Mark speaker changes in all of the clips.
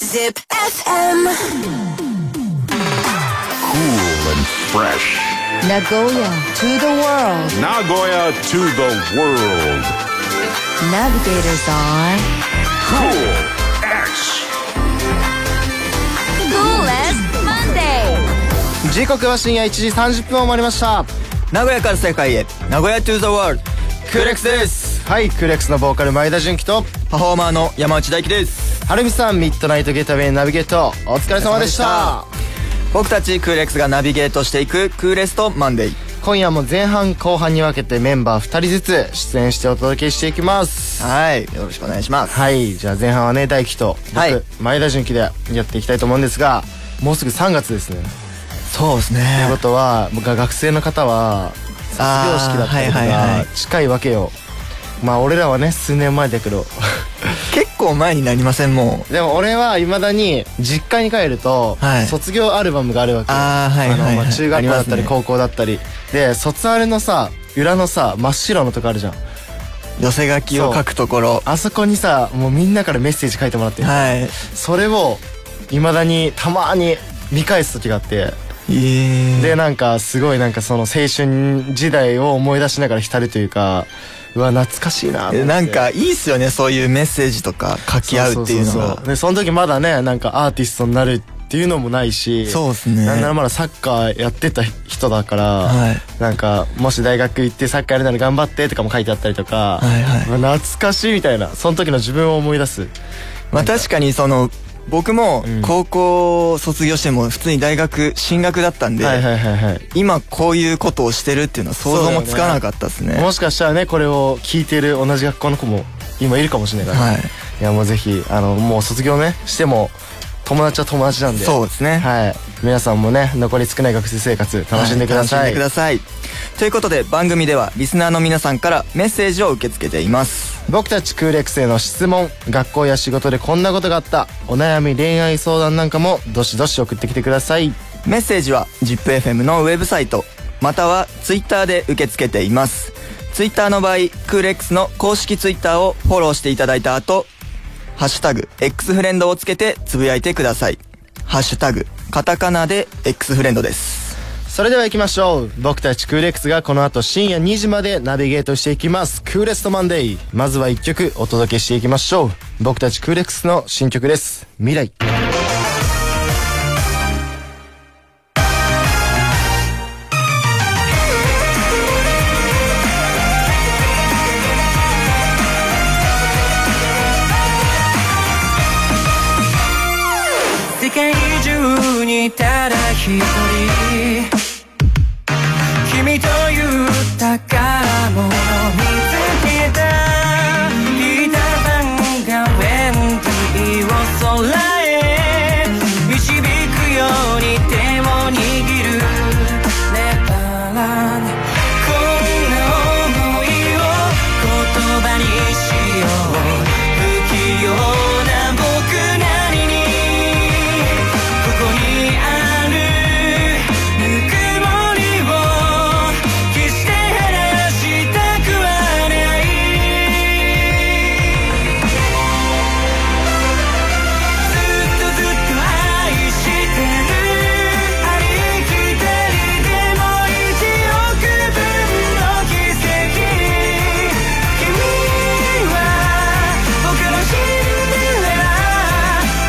Speaker 1: Zip FM.
Speaker 2: cool and fresh.
Speaker 1: Nagoya to the world.
Speaker 2: Nagoya to the world.
Speaker 1: Navigators are
Speaker 2: Cool X.
Speaker 1: cool as Monday.
Speaker 3: 時刻は深夜1時30分を回りました
Speaker 4: 名古屋から世界へ名古屋 to the world クーレックスです
Speaker 3: はいクーレックスのボーカル前田純喜と
Speaker 4: パフォーマーの山内大輝です
Speaker 3: はるみさんミッドナイトゲートウェイナビゲートお疲れ様でした
Speaker 4: 僕たちクーレックスがナビゲートしていくクーレストマンデー
Speaker 3: 今夜も前半後半に分けてメンバー2人ずつ出演してお届けしていきます
Speaker 4: はいよろしくお願いします
Speaker 3: はいじゃあ前半はね大輝と僕、
Speaker 4: はい
Speaker 3: 前田純喜でやっていきたいと思うんですがもうすぐ3月ですね
Speaker 4: そうですね
Speaker 3: ということは僕は学生の方は卒業式だったりと
Speaker 4: あーはいはいは
Speaker 3: か
Speaker 4: い
Speaker 3: 近いわけよまあ俺らはね数年前だけど
Speaker 4: 結構前になりませんもう
Speaker 3: でも俺はいまだに実家に帰ると、
Speaker 4: はい
Speaker 3: 卒業アルバムがあるわけよ
Speaker 4: あーはいはいはい
Speaker 3: あのまあ中
Speaker 4: あ
Speaker 3: 学
Speaker 4: り
Speaker 3: 校
Speaker 4: ます
Speaker 3: だった
Speaker 4: ね
Speaker 3: り高校だったりで卒アルのさ裏のさ真っ白のとこあるじゃん
Speaker 4: 寄せ書きを書くところ
Speaker 3: あそこにさもうみんなからメッセージ書いてもらってる、
Speaker 4: はい
Speaker 3: それをいまだにたまに見返す時があって
Speaker 4: え
Speaker 3: でなんかすごいなんかその青春時代を思い出しながら浸るというかうわ懐かしいなと思って
Speaker 4: なんかいいっすよねそういうメッセージとか書き合うっていうの
Speaker 3: そそそ
Speaker 4: が
Speaker 3: そでその時まだねなんかアーティストになるっていうのもないし
Speaker 4: そうっすね
Speaker 3: なんならまだサッカーやってた人だから、
Speaker 4: はい
Speaker 3: なんかもし大学行ってサッカーやるなら頑張ってとかも書いてあったりとか、
Speaker 4: はいはいう
Speaker 3: わ懐かしいみたいなその時の自分を思い出す
Speaker 4: まあ確かにその僕も高校卒業しても普通に大学進学だったんで
Speaker 3: はいはいはいはい
Speaker 4: 今こういうことをしてるっていうのは想像もつかなかったですね
Speaker 3: もしかしたらねこれを聞いてる同じ学校の子も今いるかもしれないから、
Speaker 4: はい
Speaker 3: いやもうぜひあのもう卒業ねしても友達は友達なんで
Speaker 4: そうですね
Speaker 3: はい皆さんもね残り少ない学生生活楽しんでください、
Speaker 4: はい楽しんでくださいということで番組ではリスナーの皆さんからメッセージを受け付けています
Speaker 3: 僕たちクーレックスへの質問学校や仕事でこんなことがあったお悩み恋愛相談なんかもどしどし送ってきてください
Speaker 4: メッセージは ZIPFM のウェブサイトまたはツイッターで受け付けていますツイッターの場合クーレックスの公式ツイッターをフォローしていただいた後ハッシュタグ X フレンドをつけてつぶやいてくださいハッシュタグカタカナで X フレンドです
Speaker 3: それでは行きましょう僕たちクーレックスがこの後深夜2時までナビゲートしていきますクーレストマンデーまずは1曲お届けしていきましょう僕たちクーレックスの新曲です未来
Speaker 5: 世界中にただ一人君という宝物を見つけたピーターパンがウェントリーを空へ導くように手を握るネバーランドこんな想いを言葉にしよう不器用な僕なりにここにあるぬくもりを決して離したくはないずっとずっと愛してるありきたりなでも一億分の奇跡君は僕のシンデレラ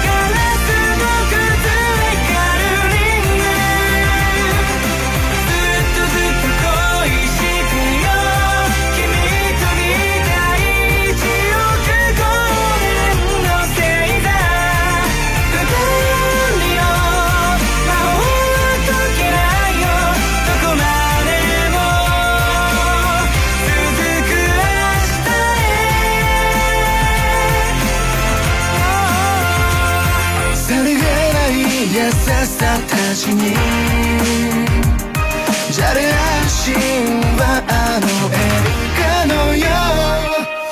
Speaker 5: ガラスの崩れカルリングずっとずっと恋してよ君と見たい一億光年の星座二人を魔法は解けないよどこまでも続く明日へさりげない優しさたちにじゃれ合うシーンはあの映画のよう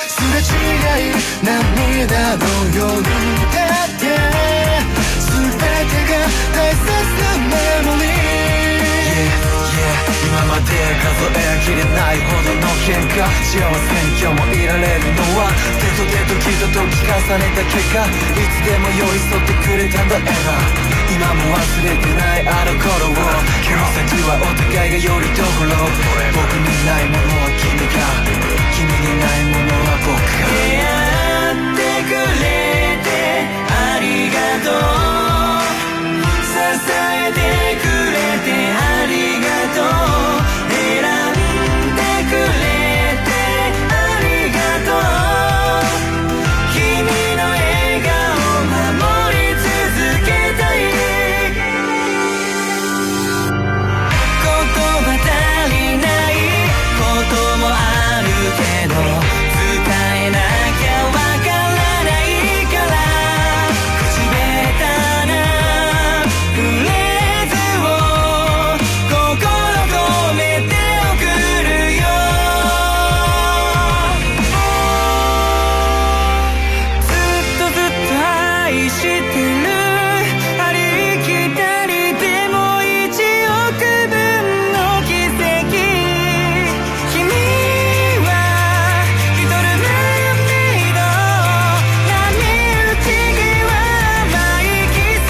Speaker 5: すれ違い涙のようにだって全てが大切なメモリー今まで数えききれないほどの喧嘩幸せに今日もいられるのはデとデとギとと重ねた結果いつでも寄り添ってくれたんだエヴァ今も忘れてないあの頃をこの先はお互いがよりどころ僕にないものは君が君にないものは僕が出会ってくれてありがとう支えてくれてありがとう選んでくれてありがとう君の笑顔守り続けたい言葉足りないこともあるけど伝えなきゃわからないから口下手なフレーズを心込めて送るよずっとずっと愛してるありきたりでも一億分の奇跡君は一人目の波打ち際甘いキス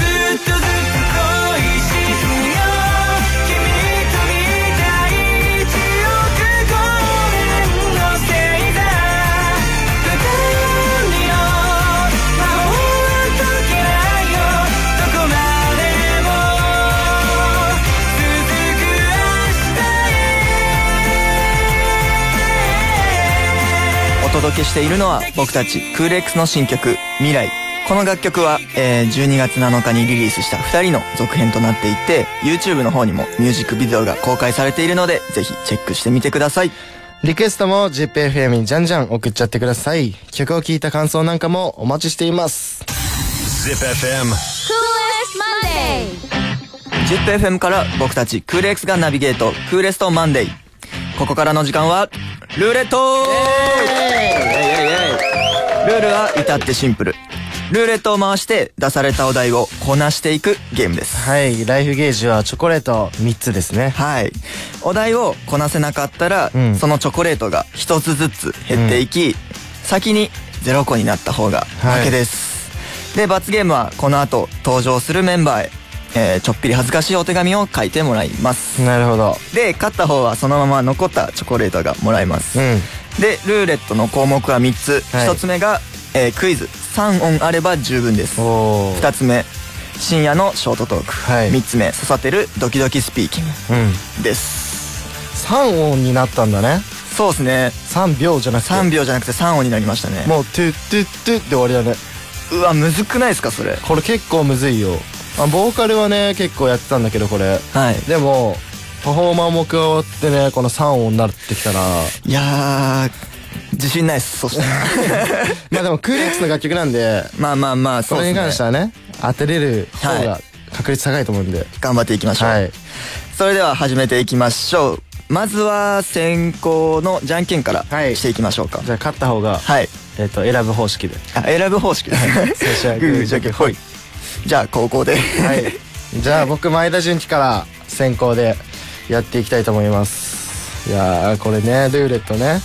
Speaker 5: をずっとずっと恋してるよ君と見た未来1億光年の星座二人を守るときよどこまでも続く明日へ
Speaker 4: お届けしているのは僕たちクール X の新曲「未来」この楽曲は、えー12月7日にリリースした2人の続編となっていて YouTube の方にもミュージックビデオが公開されているのでぜひチェックしてみてください
Speaker 3: リクエストも ZIPFM にじゃんじゃん送っちゃってください。曲を聴いた感想なんかもお待ちしています。
Speaker 2: Zip FM.
Speaker 1: Coolest Monday.
Speaker 4: ZIPFM から僕たちクール X がナビゲートクーレストマンデーここからの時間はルーレットルールは至ってシンプルルーレットを回して出されたお題をこなしていくゲームです
Speaker 3: はい、ライフゲージはチョコレート3つですね。
Speaker 4: はい。お題をこなせなかったら、
Speaker 3: ん
Speaker 4: そのチョコレートが一つずつ減っていき、先に0個になった方が
Speaker 3: はい
Speaker 4: 負けです。で、罰ゲームはこの後登場するメンバーへ、えーちょっぴり恥ずかしいお手紙を書いてもらいます。
Speaker 3: なるほど。
Speaker 4: で、勝った方はそのまま残ったチョコレートがもらえます。
Speaker 3: うん。
Speaker 4: で、ルーレットの項目は3つ。
Speaker 3: はい
Speaker 4: 1つ目が、えークイズ。3音あれば十分です。
Speaker 3: おー。
Speaker 4: 2つ目、深夜のショートトーク。
Speaker 3: はい
Speaker 4: 3つ目、刺さってるドキドキスピーキング。
Speaker 3: うん。
Speaker 4: です
Speaker 3: 3音になったんだね。
Speaker 4: そうですね
Speaker 3: 3秒じゃなくて。
Speaker 4: 3秒じゃなくて3音になりましたね
Speaker 3: もう、トゥットゥットゥって終わりだね。
Speaker 4: うわむずくないですかそれ
Speaker 3: これ結構むずいよ。あ、ボーカルはね、結構やってたんだけど、これ。
Speaker 4: はい
Speaker 3: でも、パフォーマーも加わってね、この3音になってきたな。
Speaker 4: いやー自信ないっすそして
Speaker 3: まあでも、クーレックスの楽曲なんで、
Speaker 4: まあまあまあ
Speaker 3: そ
Speaker 4: そう
Speaker 3: れに
Speaker 4: で
Speaker 3: 関し
Speaker 4: す
Speaker 3: て
Speaker 4: ね
Speaker 3: はね、当てれる方
Speaker 4: は
Speaker 3: が確率高いと思うんで。
Speaker 4: 頑張っていきましょう、
Speaker 3: はい。
Speaker 4: それでは始めていきましょうまずは先行のじゃんけんから
Speaker 3: はい
Speaker 4: していきましょうか
Speaker 3: じゃあ、勝った方が、
Speaker 4: はい、
Speaker 3: えっと、選ぶ方式で。
Speaker 4: あ選ぶ方式です
Speaker 3: 最初は
Speaker 4: ね
Speaker 3: グ
Speaker 4: グー
Speaker 3: ー
Speaker 4: じ
Speaker 3: じ
Speaker 4: ゃ
Speaker 3: ゃん
Speaker 4: ん
Speaker 3: け
Speaker 4: けん
Speaker 3: ん
Speaker 4: ほ
Speaker 3: ほ
Speaker 4: いじゃあ高校で
Speaker 3: は。
Speaker 4: はい
Speaker 3: じゃあ僕、前田純喜から先行でやっていきたいと思います。いやー、これね、ルーレットね、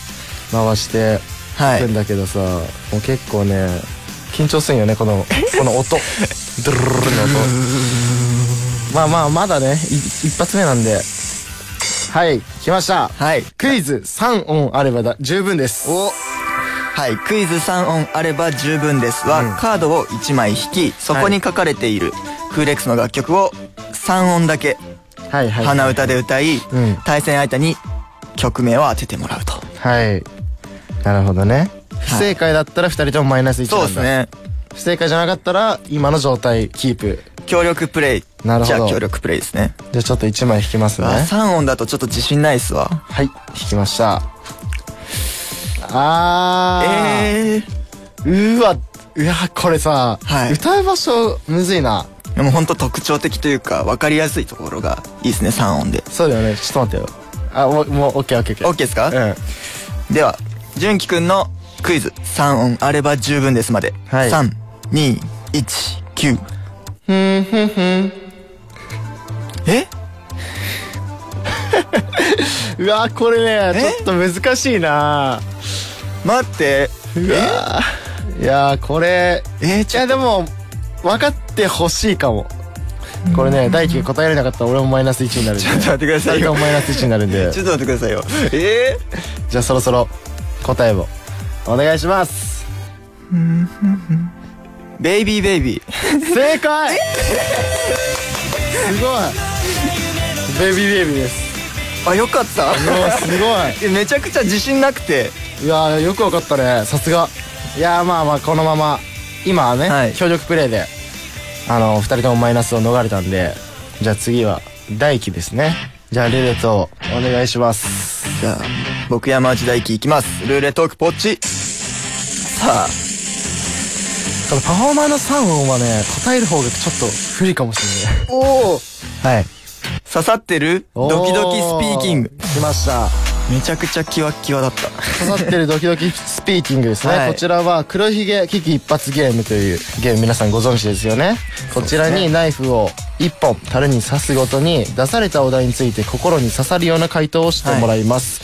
Speaker 3: 回して
Speaker 4: はい
Speaker 3: いくんだけどさ、もう結構ね、緊張すんよね、この、この音。ドゥルルルルの音。まあまあ、まだね、い一発目なんで。はい、来ました。
Speaker 4: はい
Speaker 3: クイズ3音あればだ十分です。
Speaker 4: おはい、クイズ3音あれば十分ですは、
Speaker 3: うん
Speaker 4: カードを1枚引きそこに書かれているクーレックスの楽曲を3音だけ
Speaker 3: はいはい。
Speaker 4: 鼻歌で歌い、
Speaker 3: うん
Speaker 4: 対戦相手に曲名を当ててもらうと
Speaker 3: はい。なるほどね。不正解だったら2人ともマイナス1
Speaker 4: そう
Speaker 3: なんだ。
Speaker 4: ですね
Speaker 3: 不正解じゃなかったら今の状態キープ
Speaker 4: 協力プレイ
Speaker 3: なるほど
Speaker 4: じゃあ協力プレイですね
Speaker 3: じゃあちょっと1枚引きますね
Speaker 4: あ3音だとちょっと自信ないっすわ
Speaker 3: はい引きましたあー、
Speaker 4: え
Speaker 3: うーわうわこれさ、
Speaker 4: はい
Speaker 3: 歌う場所むずいな
Speaker 4: ー、でもほんと特徴的というか分かりやすいところがいいですね3音で
Speaker 3: そうだよねちょっと待ってよあもうもう OKOKOK
Speaker 4: オッケーですか、
Speaker 3: うん
Speaker 4: では純喜くんのクイズ3音あれば十分ですまで、
Speaker 3: はい
Speaker 4: 3219
Speaker 3: ふんふんふん
Speaker 4: え
Speaker 3: うわーこれね
Speaker 4: え
Speaker 3: ちょっと難しいな
Speaker 4: 待って。
Speaker 3: うわーいやーこれ
Speaker 4: えー、
Speaker 3: い
Speaker 4: ちょ
Speaker 3: やでも分かってほしいかもこれね第一回答えられなかったら俺もマイナス1になるんでちょ
Speaker 4: っと待ってくださいよ
Speaker 3: マイナス1になるんで
Speaker 4: ちょっと待ってくださいよ。え
Speaker 3: じゃあそろそろ答えをお願いし ます
Speaker 4: ー、ベイビーベイビー。
Speaker 3: 正解すごいベイビーベイビーです
Speaker 4: あ、よかった。
Speaker 3: うわすご
Speaker 4: えめちゃくちゃ自信なくて。
Speaker 3: いいやーよく分かったねさすがいやーまあまあこのまま今はね、
Speaker 4: はい
Speaker 3: 協力プレーであの2人ともマイナスを逃れたんでじゃあ次は大輝ですねじゃあルーレットをお願いします
Speaker 4: じゃあ、僕山内大輝いきます。ルーレットークポッチ。さあ、
Speaker 3: このパフォーマーの3音はね答える方がちょっと不利かもしれない
Speaker 4: おお
Speaker 3: はい
Speaker 4: 刺さってるドキドキスピーキング。
Speaker 3: 来ました
Speaker 4: めちゃくちゃキワッキワだった。
Speaker 3: 刺さってるドキドキスピーキングですね、
Speaker 4: はい
Speaker 3: こちらは黒ひげ危機一発ゲームというゲーム皆さんご存知ですよねこちらにナイフを1本樽に刺すごとに出されたお題について心に刺さるような回答をしてもらいます、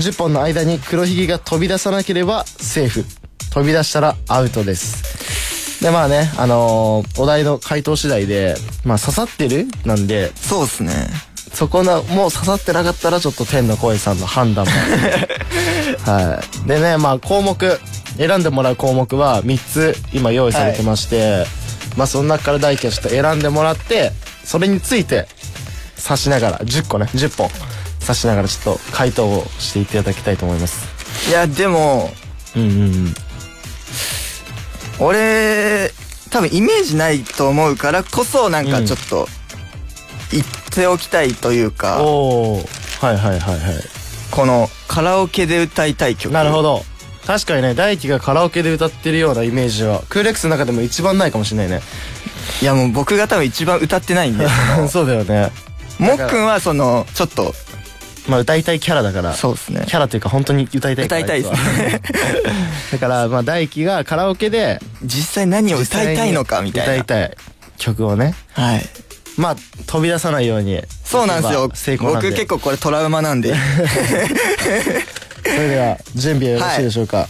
Speaker 3: 10本の間に黒ひげが飛び出さなければセーフ飛び出したらアウトですでまあねあのーお題の回答次第でまあ刺さってるなんで
Speaker 4: そうっすね。
Speaker 3: そこな、もう刺さってなかったらちょっと天の声さんの判 断も。はい。でね、まあ項目、選んでもらう項目は3つ今用意されてまして、まあその中から大輝はちょっと選んでもらって、それについて刺しながら、10個ね、10本刺しながらちょっと回答をしていただきたいと思います。
Speaker 4: いや、でも、
Speaker 3: うんうんうん。
Speaker 4: 俺、多分イメージないと思うからこそ、なんかちょっと、言っておきたいというか、
Speaker 3: おー。はいはいはいはい。
Speaker 4: このカラオケで歌いたい曲。
Speaker 3: なるほど。確かにね、大輝がカラオケで歌ってるようなイメージは、クーレックスの中でも一番ないかもしれないね。
Speaker 4: いやもう僕が多分一番歌ってない んで、
Speaker 3: そうだよね。
Speaker 4: もっくんはその、ちょっと、
Speaker 3: まあ歌いたいキャラだから。
Speaker 4: そうですね
Speaker 3: キ。ャラというか本当に歌いたいか
Speaker 4: 歌
Speaker 3: ら。
Speaker 4: いたいです
Speaker 3: あ
Speaker 4: ね。
Speaker 3: つはだから、まあ大輝がカラオケで、
Speaker 4: 実際何を歌いたいのかみたいな。
Speaker 3: 歌いたい曲をね。
Speaker 4: はい。
Speaker 3: まあ飛び出さないように。
Speaker 4: そうなんですよ
Speaker 3: 成。功なんで。
Speaker 4: 僕結構これトラウマなんで。
Speaker 3: それでは準備はよろしいでしょうか。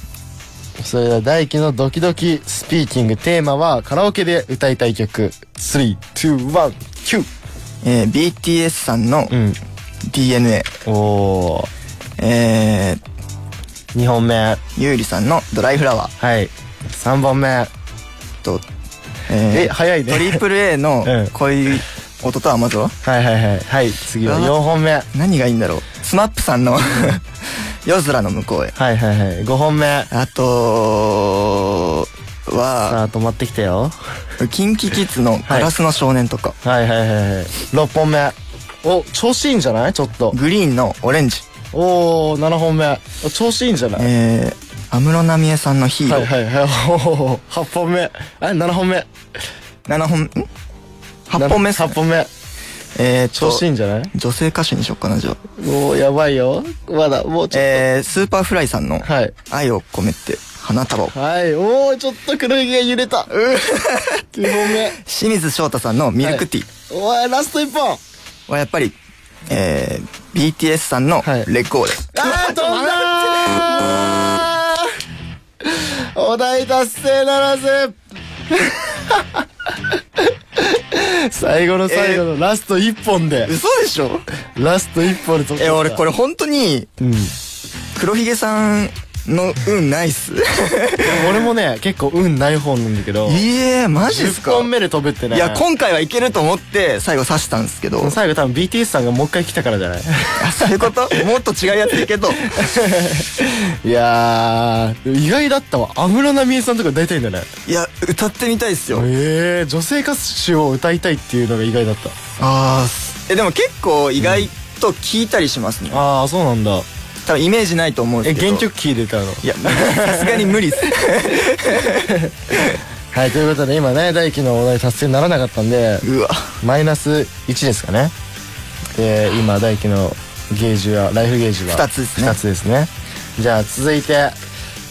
Speaker 3: それでは大輝のドキドキスピーキングテーマはカラオケで歌いたい曲。3、2、1、9。
Speaker 4: えー BTS さんの
Speaker 3: うん。
Speaker 4: DNA、
Speaker 3: おー。
Speaker 4: えー、
Speaker 3: 2本目。
Speaker 4: ゆうりさんのドライフラワー
Speaker 3: はい。3本目。
Speaker 4: と、
Speaker 3: え、
Speaker 4: えー、
Speaker 3: 早いね。
Speaker 4: トリプ ル A の
Speaker 3: うん
Speaker 4: 恋音とはまずは
Speaker 3: はいはいはい。はい、次は4本目。は
Speaker 4: 何がいいんだろう。スマップさんの 夜空の向こうへ。
Speaker 3: いはいはい。5本目。
Speaker 4: あとは、
Speaker 3: さあ、止まってきたよ。
Speaker 4: キンキキッズのガラスの少年とか、
Speaker 3: はいはいはいはい。6本目。お、調子いいんじゃないちょっと。
Speaker 4: グリーンのオレンジ、
Speaker 3: おー、7本目。お調子いいんじゃない
Speaker 4: えー、安室奈美恵さんのヒーロー、
Speaker 3: はいはいはい。おー、8本目。あれ、7本目。
Speaker 4: 7本、ん ?8 本目っすね
Speaker 3: ?8 本目。
Speaker 4: えー、
Speaker 3: 調子いいんじゃない
Speaker 4: 女性歌手にしよっかな、じゃあ。
Speaker 3: もう、やばいよ。まだ、もうちょっ
Speaker 4: えー、スーパーフライさんの
Speaker 3: と。はい。
Speaker 4: 愛を込めて花束を。
Speaker 3: はい。おー、ちょっと黒い毛が揺れた。うー 9本目。
Speaker 4: 清水翔太さんのミルクティー
Speaker 3: おい、ラスト1本。
Speaker 4: はやっぱり、えー、BTS さんの
Speaker 3: はい
Speaker 4: レコーデ。
Speaker 3: あー、飛んだーお題達成ならず最後の最後のラスト1本で、
Speaker 4: 嘘でしょ
Speaker 3: ラスト1本で取っ
Speaker 4: え、俺こ
Speaker 3: れ、
Speaker 4: れ本当に、
Speaker 3: うん、で
Speaker 4: 黒ひげさんの運 ないっす。
Speaker 3: も俺もね結構運ない方なんだけど
Speaker 4: いえ、マジっす
Speaker 3: 10
Speaker 4: か
Speaker 3: 本目で飛ぶってね
Speaker 4: いや、今回はいけると思って、最後刺したんですけど。
Speaker 3: 最後多分 BTS さんがもう一回来たからじゃない
Speaker 4: あそういうこともっと違うやついけど。
Speaker 3: いやー意外だったわ安室奈美恵さんとか大体だね
Speaker 4: いや、歌ってみたいっすよ。
Speaker 3: ええー、女性歌手を歌いたいっていうのが意外だった
Speaker 4: あーえ、でも結構意外と聞いたりしますね。
Speaker 3: ああそうなんだ
Speaker 4: 多分イメージないと思うんで
Speaker 3: え
Speaker 4: すけど。
Speaker 3: 原曲聴いてたの
Speaker 4: いや、さすがに無 理っす。
Speaker 3: はい、ということで今ね、大輝のお題達成にならなかったんで、
Speaker 4: うわ。
Speaker 3: マイナス1ですかね。で、今、大輝のゲージは、ライフゲージは。
Speaker 4: 二つですね
Speaker 3: 二つですね。じゃあ、続いて、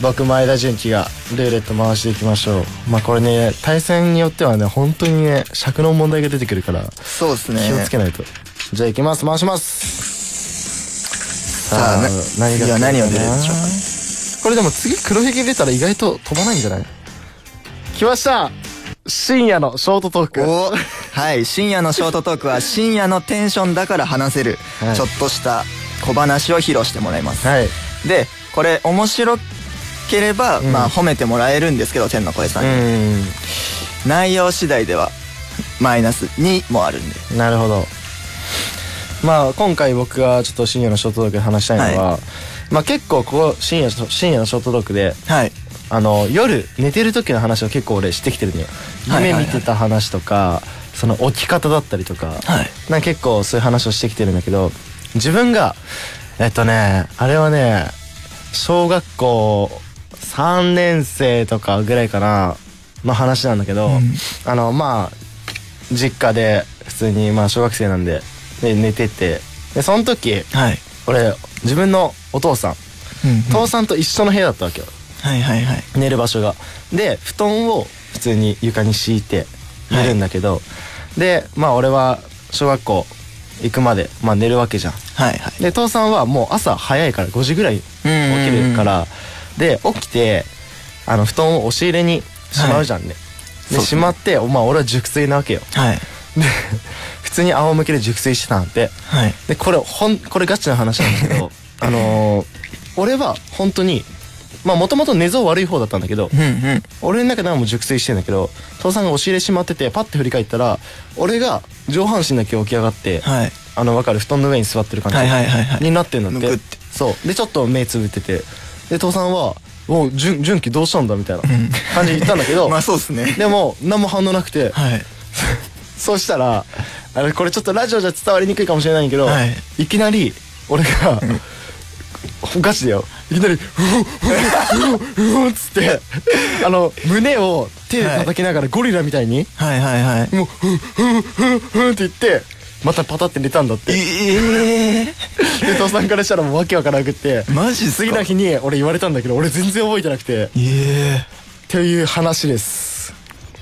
Speaker 3: 僕、前田純喜がルーレット回していきましょう。まあ、これね、対戦によってはね、本当にね、尺の問題が出てくるから、
Speaker 4: そうっすね。
Speaker 3: 気をつけないと。じゃあ、いきます。回します。
Speaker 4: さあな次は何を出るでしょうか
Speaker 3: これでも次黒ひげ出たら意外と飛ばないんじゃない来ました深夜のショートトーク
Speaker 4: おはい深夜のショートトークは深夜のテンションだから話せる、
Speaker 3: はい
Speaker 4: ちょっとした小話を披露してもらいます、
Speaker 3: はい
Speaker 4: でこれ面白ければ、
Speaker 3: ん
Speaker 4: まあ褒めてもらえるんですけど天の声さんに、
Speaker 3: う
Speaker 4: 内容次第ではマイナス2もあるんで
Speaker 3: んなるほどまあ今回僕がちょっと深夜のショートトークで話したいのは、まあ結構ここ深夜の深夜のショートトークで
Speaker 4: はい
Speaker 3: あの夜寝てる時の話を結構俺してきてるのよ
Speaker 4: はいはいは
Speaker 3: 夢
Speaker 4: い
Speaker 3: 見てた話とか、その起き方だったりとか、
Speaker 4: はい
Speaker 3: なんか結構そういう話をしてきてるんだけど自分がえっとねあれはね小学校3年生とかぐらいかなの話なんだけど、あのまあ実家で普通にまあ小学生なんでで寝ててでその時
Speaker 4: はい、
Speaker 3: 俺自分のお父さん
Speaker 4: うんうん
Speaker 3: 父さんと一緒の部屋だったわけよ
Speaker 4: はいはいはい
Speaker 3: 寝る場所がで布団を普通に床に敷いて寝るんだけど、でまあ俺は小学校行くまで、まあ、寝るわけじゃん
Speaker 4: はいはい
Speaker 3: で父さんはもう朝早いから5時ぐらい起きるからで起きてあの布団を押し入れにしまうじゃんね、
Speaker 4: そう
Speaker 3: でしまってまあ俺は熟睡なわけよ
Speaker 4: はい
Speaker 3: で普通に仰向けで熟睡してたんで
Speaker 4: はい
Speaker 3: でこれほんこれガチな話なんだけ どあのー俺は本当にまあもともと寝相悪い方だったんだけど、
Speaker 4: うんうん
Speaker 3: 俺の中ではもう熟睡してんだけど父さんが押し入れしまっててパッて振り返ったら俺が上半身だけ起き上がって、
Speaker 4: はい
Speaker 3: あの分かる布団の上に座ってる感じ、
Speaker 4: はいはいはいはい
Speaker 3: になってんだって
Speaker 4: むくって
Speaker 3: そうでちょっと目つぶっててで父さんは「おう純純喜どうしたんだ」みたいな感じで言ったんだけど、
Speaker 4: まあそうっすね
Speaker 3: でも何も反応なくて、
Speaker 4: はい
Speaker 3: そうしたらあれこれちょっとラジオじゃ伝わりにくいかもしれないけど、、
Speaker 4: はい
Speaker 3: きなり俺が、ガチだよいきなり「うおうおううおうおっつってあの胸を手で叩きながらゴリラみたいに
Speaker 4: はいはいは
Speaker 3: 「
Speaker 4: い
Speaker 3: もうふうふうふうふう」って言ってまたパタって寝たんだ って
Speaker 4: ええ
Speaker 3: で父さんからしたらもうわけわからなくって
Speaker 4: マジっすか
Speaker 3: 次の日に俺言われたんだけど俺全然覚えてなくて
Speaker 4: ー、え
Speaker 3: っていう話です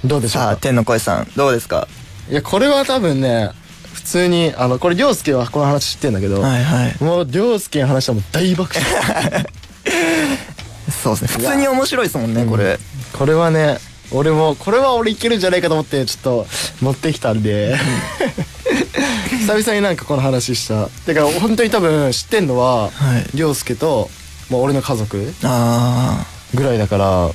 Speaker 3: どうでしょう
Speaker 4: さあ
Speaker 3: か
Speaker 4: 天の声さんどうですか
Speaker 3: いやこれは多分ね普通にあのこれ涼介はこの話知ってんだけど、
Speaker 4: はいはい
Speaker 3: もう涼介の話はもう大爆笑
Speaker 4: そうですね普通に面白いですもんねこれ、
Speaker 3: これはね俺もこれは俺いけるんじゃないかと思ってちょっと持ってきたんで久々になんかこの話しただから本当に多分知ってんのは、
Speaker 4: はい
Speaker 3: 涼介と、まあ、俺の家族
Speaker 4: あ
Speaker 3: ぐらいだからは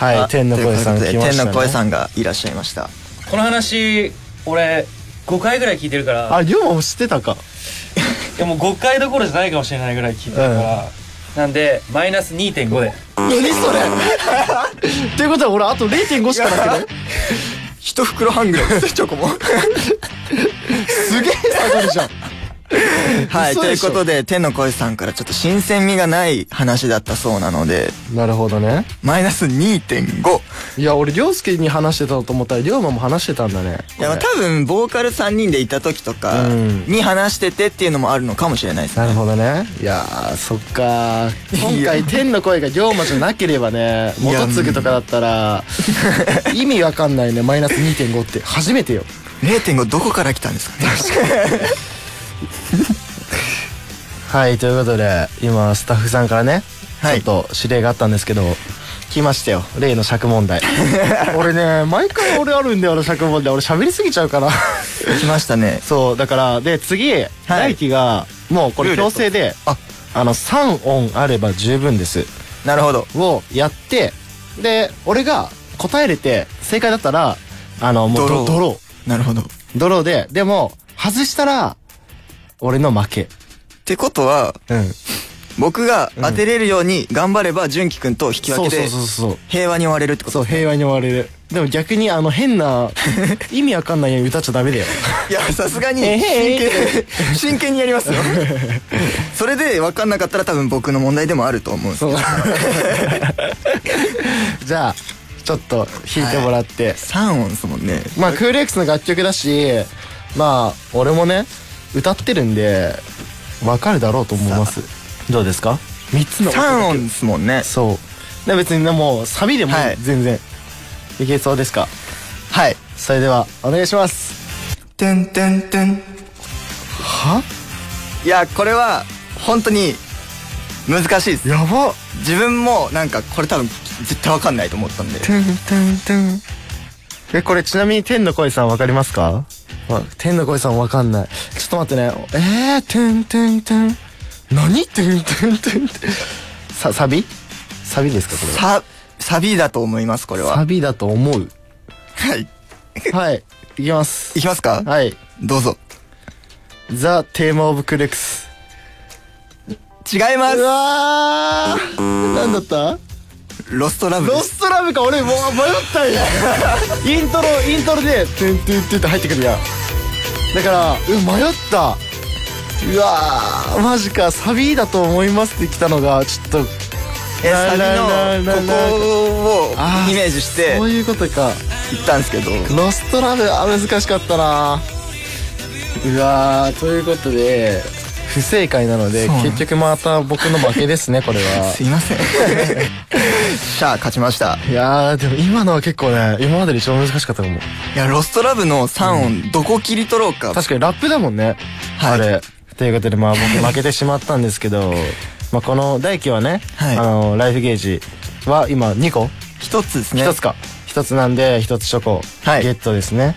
Speaker 4: あ
Speaker 3: い天の声さん
Speaker 4: という
Speaker 3: 来
Speaker 4: こ
Speaker 3: ま
Speaker 4: とで
Speaker 3: した、ね、
Speaker 4: 天の声さんがいらっしゃいました
Speaker 6: この話俺5回ぐらい聞いてるから
Speaker 3: ありょうも知ってたか
Speaker 6: いやもう5回どころじゃないかもしれないぐらい聞いてるから、なんでマイナス2.5で
Speaker 3: 何それっていうことは俺あと0.5しかなくない
Speaker 4: 一袋半ぐらいですチョコも
Speaker 3: すげえ下がるじゃん
Speaker 4: はい
Speaker 3: 嘘
Speaker 4: とい
Speaker 3: で
Speaker 4: う
Speaker 3: しょ
Speaker 4: ことで天の声さんからちょっと新鮮味がない話だったそうなので
Speaker 3: なるほどね
Speaker 4: マイナス2.5
Speaker 3: いや俺涼介に話してたと思ったら龍馬も話してたんだね
Speaker 4: いやまあ多分ボーカル3人でいた時とか
Speaker 3: うん
Speaker 4: に話しててっていうのもあるのかもしれないです
Speaker 3: なる
Speaker 4: ね
Speaker 3: ほどねいやーそっかー今
Speaker 4: いや
Speaker 3: 回天の声が龍馬じゃなければね
Speaker 4: いや
Speaker 3: 元次とかだったら意味わかんないねマイナス2.5って初めてよ
Speaker 4: 0.5どこから来たんですかね
Speaker 3: はいということで今スタッフさんからね、
Speaker 4: はい
Speaker 3: ちょっと指令があったんですけど来ましたよ例の尺問題 俺ね毎回俺あるんだよ俺尺問題俺喋りすぎちゃうから
Speaker 4: 来ました ね
Speaker 3: そうだからで次、大輝がもうこれ
Speaker 4: ルーレッ
Speaker 3: 強
Speaker 4: ト
Speaker 3: 制で
Speaker 4: あ
Speaker 3: あの3音あれば十分です
Speaker 4: なるほど
Speaker 3: をやってで俺が答えれて正解だったらあのもうドロードロー
Speaker 4: なるほどっ
Speaker 3: ドローででも外したら俺の負け
Speaker 4: てことは
Speaker 3: うん
Speaker 4: 僕が当てれるように頑張れば純喜くんと引き分
Speaker 3: そう
Speaker 4: け
Speaker 3: そ
Speaker 4: で
Speaker 3: うそうそう
Speaker 4: 平和に終われるってこ
Speaker 3: そ
Speaker 4: と
Speaker 3: う平和に終われるでも逆にあの変 な意味わかんないように歌っちゃダメだよ
Speaker 4: いやさすがに
Speaker 3: えへ
Speaker 4: 真
Speaker 3: へ
Speaker 4: 剣真剣にや りますよそれで分かんなかったら多分僕の問題でもあると思うんです
Speaker 3: そうじゃあちょっと弾いてもらって、
Speaker 4: 3音ですも んね
Speaker 3: まあ、クール X の楽曲だし、まあ、俺もね、歌ってるんで、わかるだろうと思います。どうですか ?3 つの
Speaker 4: 3音ですもんね
Speaker 3: そう。で別にね、もう、サビでも
Speaker 4: はい
Speaker 3: 全然、いけそうですか
Speaker 4: はい
Speaker 3: それでは、お願いします。
Speaker 4: てんてんてん
Speaker 3: はい
Speaker 4: やこれは本当に難しいです
Speaker 3: やば
Speaker 4: 自分もなんかこれ多分絶対わかんないと思ったんで
Speaker 3: トゥントゥントゥンえこれちなみに天の声さんわかりますかわ天の声さんわかんないちょっと待ってねえー、トゥントゥントゥン何トゥントゥントゥントゥンさサビサビですかこれは
Speaker 4: ササビだと思いますこれは
Speaker 3: サビだと思う
Speaker 4: はい
Speaker 3: はいいきます
Speaker 4: いきますか
Speaker 3: はい
Speaker 4: どうぞ
Speaker 3: ザ・テーマ・オブ・クレックス
Speaker 4: 違いま
Speaker 3: う
Speaker 4: す
Speaker 3: わーなんだった
Speaker 4: ロストラブで
Speaker 3: ロ
Speaker 4: す
Speaker 3: ストラブか俺もう迷ったんや イントロイントロで「トゥントゥントゥン」って入ってくるやんだからう迷ったうわーマジかサビだと思いますって来たのがちょっと
Speaker 4: えサビのここを
Speaker 3: あ
Speaker 4: イメージして
Speaker 3: そういうことか
Speaker 4: 行ったんですけど
Speaker 3: ロストラブあ難しかったなうわーということで不正解なので
Speaker 4: そうなん
Speaker 3: 結局また僕の負けです ねこれは
Speaker 4: すいま せんシャア勝ちました
Speaker 3: いやーでも今のは結構ね今までで一番難しかったかも
Speaker 4: いやロストラブの3音どこ切り取ろうか
Speaker 3: 確かにラップだもんね、
Speaker 4: はい
Speaker 3: あれということでまあ僕負けてしまったんですけどまあこの大輝はね、
Speaker 4: はい
Speaker 3: あのライフゲージは今2個
Speaker 4: 一つですね
Speaker 3: 1つか1つなんで1つチョコ
Speaker 4: はい
Speaker 3: ゲットですね、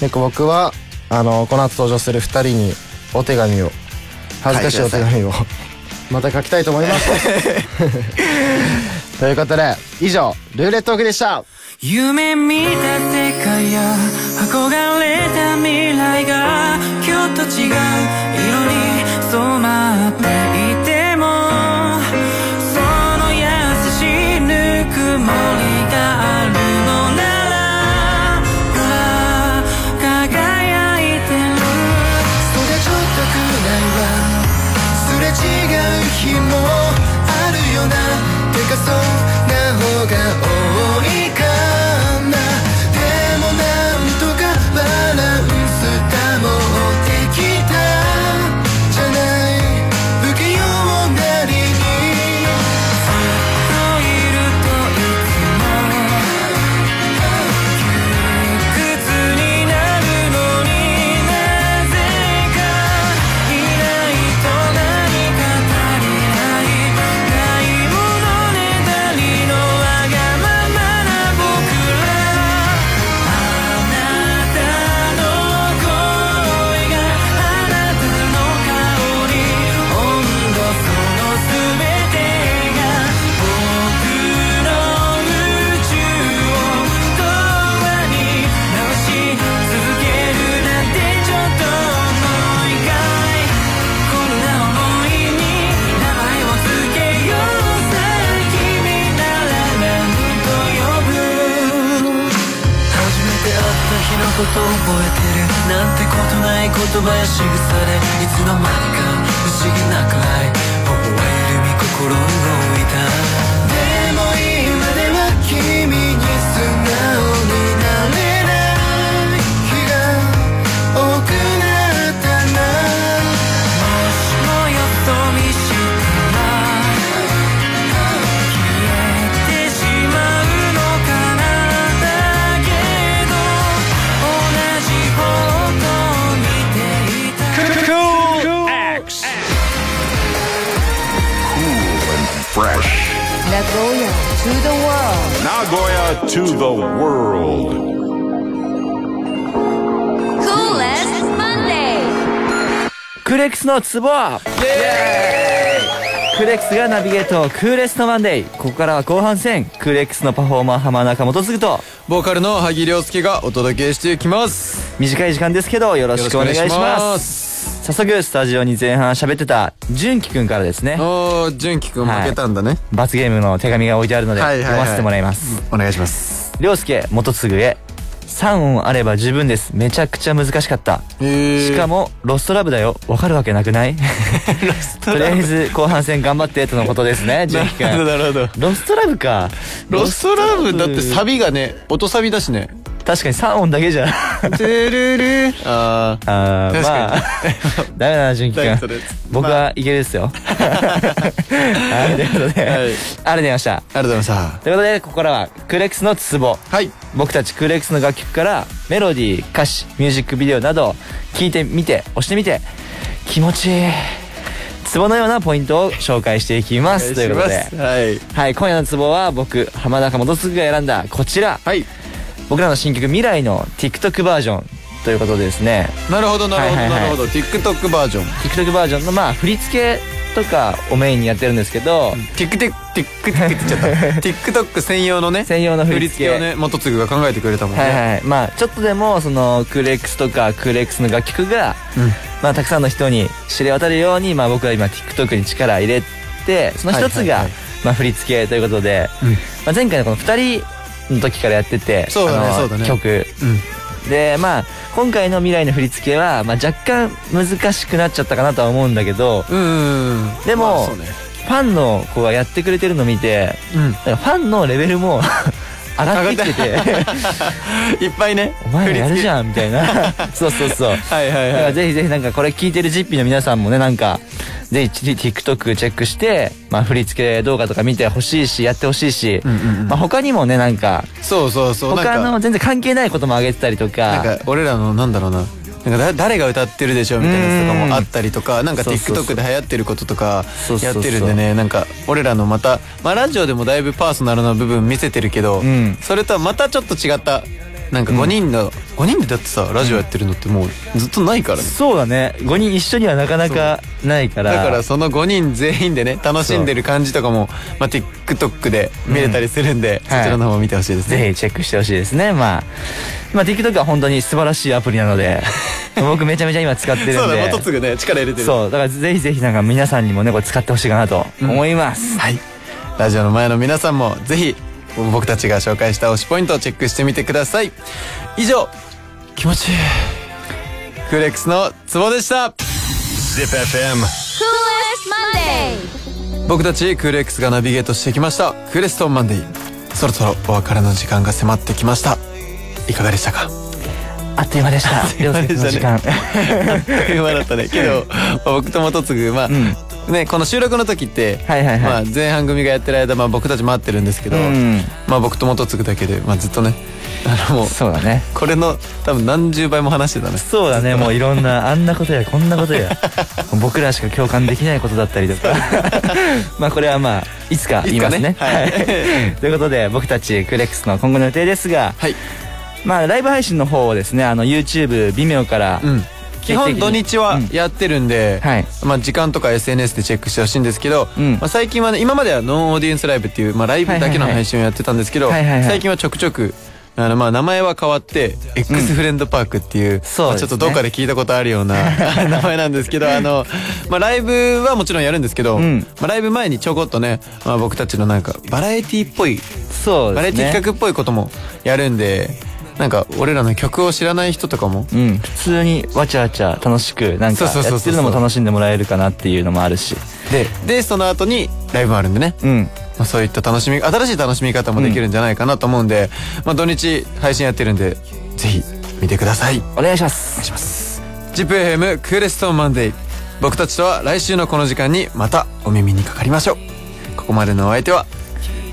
Speaker 3: で僕はあのこの後登場する2人にお手紙を恥ずかしいお手紙をまた書きたいと思います ということで以上ルーレットオークでした
Speaker 5: 夢見た世界や憧れた未来が今日と違う色に染まっていてもその優しいぬくもりがあるのならほら輝いてるそれちょっとくらいはすれ違う日もあるよなてかそうな方が多いかなでもなんとかバランス保ってきたじゃない不器用なりにずっといるといつも窮屈になるのになぜかいないと何か足りないないものがあるねだりのわがままな僕らあなたの声があなたの顔に温度その全てが僕の宇宙を永遠に直し続けるなんてちょっと重いかいこんな想いに名前を付けようさ君なら何と呼ぶ初めて会った日のこと覚えてるなんてことない言葉や仕草でいつの間にか不思議なくらい微笑み心動いたでも今では君に素直になれない日が多くなったなもしもよと見したら「消えてしまうのかなだけど」「同じ方向見ていた」
Speaker 2: Fresh.
Speaker 1: Nagoya to the world.
Speaker 2: Nagoya to the world.
Speaker 1: Coolest Monday.
Speaker 7: クレックスのツボはクレックスがナビゲートクーレスのマンデーここからは後半戦クレックスのパフォーマー浜中本嗣と
Speaker 8: ボーカルの萩亮介がお届けしていきます
Speaker 7: 短い時間ですけどよろしくお願いします
Speaker 8: よろしくお願いします
Speaker 7: 早速スタジオに前半喋ってた純喜くんからですね
Speaker 8: おー純喜くん負けたんだね、
Speaker 7: 罰ゲームの手紙が置いてあるので
Speaker 8: はいはいはい
Speaker 7: 読ませてもらいます
Speaker 8: お願いします
Speaker 7: 涼介元次へ3音あれば十分ですめちゃくちゃ難しかった
Speaker 8: へえ
Speaker 7: しかもロストラブだよわかるわけなく ないとりあえず後半戦頑張ってとのことですね純喜く
Speaker 8: なるほ
Speaker 7: ん
Speaker 8: どなるほど
Speaker 7: ロストラブか
Speaker 8: ロストラブだってサビがね音サビだしね
Speaker 7: 確かに3音だけじゃ
Speaker 8: トゥルルあー
Speaker 7: あー
Speaker 8: 確
Speaker 7: ま あダメだな純喜
Speaker 8: 大丈
Speaker 7: く
Speaker 8: 夫
Speaker 7: ん
Speaker 8: です
Speaker 7: 僕はいけるですよ はいということで、
Speaker 8: はい
Speaker 7: ありがとうございました
Speaker 8: ありがとうございまし
Speaker 7: ということでここからはクレックスのツボ
Speaker 8: たはい
Speaker 7: 僕たちクーレックスの楽曲からメロディー歌詞ミュージックビデオなどを聴いてみて押してみて気持ちいい
Speaker 4: ツボのようなポイントを紹介していきますということで、
Speaker 8: はい。
Speaker 4: はい、今夜のツボは僕浜中元次が選んだこちら、
Speaker 8: はい。
Speaker 4: 僕らの新曲「未来」の TikTok バージョンということでですね
Speaker 8: なるほど、なるほど、
Speaker 4: はいはいはい
Speaker 8: なるほど。TikTok バージョン。
Speaker 4: TikTok バージョンのまあ振り付けとかをメインにやってるんですけど、
Speaker 8: TikTok、TikTok って言っちゃった。TikTok 専用のね、
Speaker 4: 専用の振
Speaker 8: 振
Speaker 4: り
Speaker 8: り
Speaker 4: 付
Speaker 8: 付
Speaker 4: け
Speaker 8: けをね、元次が考えてくれたもんね。
Speaker 4: はいはいまあちょっとでもそのクレックスとかクレックスの楽曲が、まあ、たくさんの人に知れ渡るように、まあ、僕は今 TikTok に力入れてその一つが、まあ、振り付けということで、まあ、前回のこの2人の時からやってて
Speaker 8: そうだね
Speaker 4: あの
Speaker 8: そうだね
Speaker 4: 曲、でまあ今回の未来の振り付けは、まあ、若干難しくなっちゃったかなとは思うんだけど
Speaker 8: うんうんうん。
Speaker 4: でも
Speaker 8: まあそうね
Speaker 4: ファンの子がやってくれてるの見て、なんかファンのレベルも 上がってきてて
Speaker 8: いっぱいね。
Speaker 4: お前らやるじ
Speaker 8: ん。
Speaker 4: ゃんみたいな そうそうそう
Speaker 8: はいはい
Speaker 4: だ
Speaker 8: は
Speaker 4: か
Speaker 8: い。
Speaker 4: らぜひぜひなんかこれ聞いてるジッピーの皆さんもねなんかぜひ TikTok チェックして、まあ、振り付け動画とか見てほしいしやってほしいし、まあ、他にもねなんか
Speaker 8: そうそうそう。なん
Speaker 4: 他
Speaker 8: か
Speaker 4: の全然関係ないことも上げてたりとか
Speaker 8: なんか俺らのなんだろうななんかだ誰が歌ってるでしょうみたいなやつとかもあったりとかなんか
Speaker 4: そうそうそう
Speaker 8: TikTok で流行ってることとか
Speaker 4: そうそう
Speaker 8: やっ
Speaker 4: そう
Speaker 8: てるんでねなんか俺らのまたまあラジオでもだいぶパーソナルな部分見せてるけど、
Speaker 4: ん
Speaker 8: それとはまたちょっと違ったなんか5人の、5人でだってさラジオやってるのってもうずっとないからね、
Speaker 4: そうだね5人一緒にはなかなかないから
Speaker 8: だからその5人全員でね楽しんでる感じとかも、まあ、TikTok で見れたりするんで、そちらの方も見てほしいですね、
Speaker 4: ぜひチェックしてほしいですね。まあ、まあ、TikTok は本当に素晴らしいアプリなの で、僕めちゃめちゃ今使ってるんで。
Speaker 8: そうだ元次ね力入れてる
Speaker 4: そうだからぜひぜひなんか皆さんにもね、これ使ってほしいかなと思います。
Speaker 8: はい。ラジオの前の皆さんもぜひ僕たちが紹介した推しポイントをチェックしてみてください。以上、気持ちいい。クレックスのツボでした。
Speaker 2: Zip FM.
Speaker 9: Coolest Monday.
Speaker 8: 僕たちクレックスがナビゲートしてきました。クレストンマンデー。そろそろお別れの時間が迫ってきました。いかがでしたか
Speaker 4: あっという間でした。りょうすけくんの時間。
Speaker 8: 今だったね。けど、僕と元次、まあ、ね、この収録の時って、
Speaker 4: はいはいはい
Speaker 8: まあ、前半組がやってる間、まあ、僕たち待ってるんですけど、
Speaker 4: うん
Speaker 8: まあ、僕と元次だけで、まあ、ずっとねあのもう
Speaker 4: そうだね。
Speaker 8: これの多分何十倍も話してたね
Speaker 4: そうだね、もういろんな、あんなことやこんなことや、 僕らしか共感できないことだったりとか、 まあこれはまあ、いつか言いますね。
Speaker 8: いつかねはい
Speaker 4: はい ということで、僕たちクレックスの今後の予定ですが、
Speaker 8: はい
Speaker 4: まあライブ配信の方をですね、あの YouTube、微妙から、
Speaker 8: うん
Speaker 4: 定期的に
Speaker 8: 基本土日は
Speaker 4: うん
Speaker 8: やってるんで、
Speaker 4: はい
Speaker 8: まあ、時間とか SNS でチェックしてほしいんですけど、
Speaker 4: うん
Speaker 8: まあ、最近はね今まではノンオーディエンスライブっていう、まあ、ライブだけの配信をやってたんですけど、
Speaker 4: はいはいはい
Speaker 8: 最近はちょくちょくあのまあ名前は変わって、X フレンドパークっていう、
Speaker 4: そう
Speaker 8: まあ
Speaker 4: です
Speaker 8: ち
Speaker 4: ね
Speaker 8: ょっとどっかで聞いたことあるよ うな名前なんですけど、あの、まあライブはもちろんやるんですけど、
Speaker 4: ん
Speaker 8: まあライブ前にちょこっとね、まあ僕たちのなんかバラエティっぽい
Speaker 4: そう
Speaker 8: バラ
Speaker 4: で
Speaker 8: エ
Speaker 4: す
Speaker 8: ティ
Speaker 4: ね。
Speaker 8: 企画っぽいこともやるんで、なんか俺らの曲を知らない人とかも、
Speaker 4: うん、普通にわちゃわちゃ楽しくなんか
Speaker 8: そうそうそうそう
Speaker 4: やってるのも楽しんでもらえるかなっていうのもあるし
Speaker 8: で、で、その後にライブもあるんでね。
Speaker 4: うん
Speaker 8: まあ、そういった楽しみ、新しい楽しみ方もできるんじゃないかなと思うんで、まあ土日配信やってるんで、ぜひ見てください。
Speaker 4: お願いします
Speaker 8: ジップ FM クーレストーンマンデー。僕たちとは来週のこの時間にまたお耳にかかりましょう。ここまでのお相手は、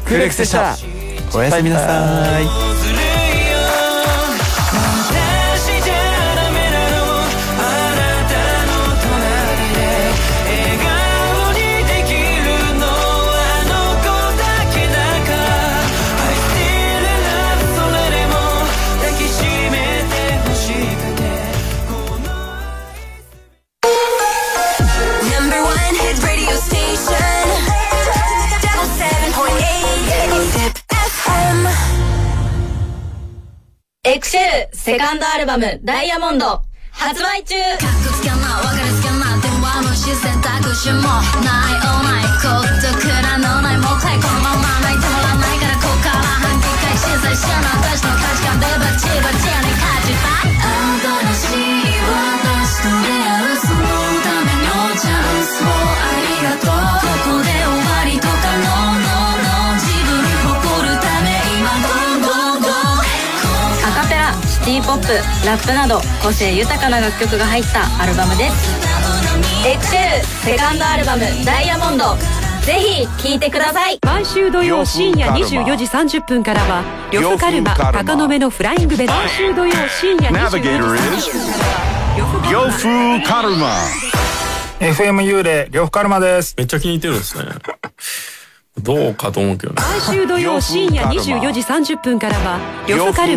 Speaker 8: クーレックスでした。おやすみなさい。
Speaker 5: ずるいよ私じゃダメなのあなたの隣で笑顔にできるのはあの子だけだから I still love それでも抱きしめてほしくて
Speaker 9: Number one hit radio station. Double seven point eight. Zip FM.
Speaker 10: EXILE セカンドアルバム「ダイヤモンド」発売中カッコつけんな別れつけんな電話無視選択肢もないオーマイ孤独な脳内もったいこのまま泣いてもらわないからここから半期回審査者の私の価値観でバチバチやね価値ば新しい私と出会うそのためのチャンスをありがとうここで終わりとか No No No 自分に誇るため今どんどんどんアカペラシティ・ポップラップなど個性豊かな楽曲が入ったアルバムです EXILE セカンドアルバム「ダイヤモンド」ぜひ聴いてください
Speaker 11: 毎週土曜深夜24時30分からは「呂布カルマ
Speaker 2: 呂布カルマ
Speaker 11: 鷹の目のフライングベル」毎週土曜深夜24時
Speaker 2: Navigator
Speaker 11: 30
Speaker 2: is
Speaker 11: 分から呂布カルマ
Speaker 2: Yofu Karuma.
Speaker 4: FM 幽霊、呂布カルマです。
Speaker 3: めっちゃ気に入ってるんですね。どうかと思うけどね。
Speaker 11: 毎週土曜深夜24時30分からは、呂布カル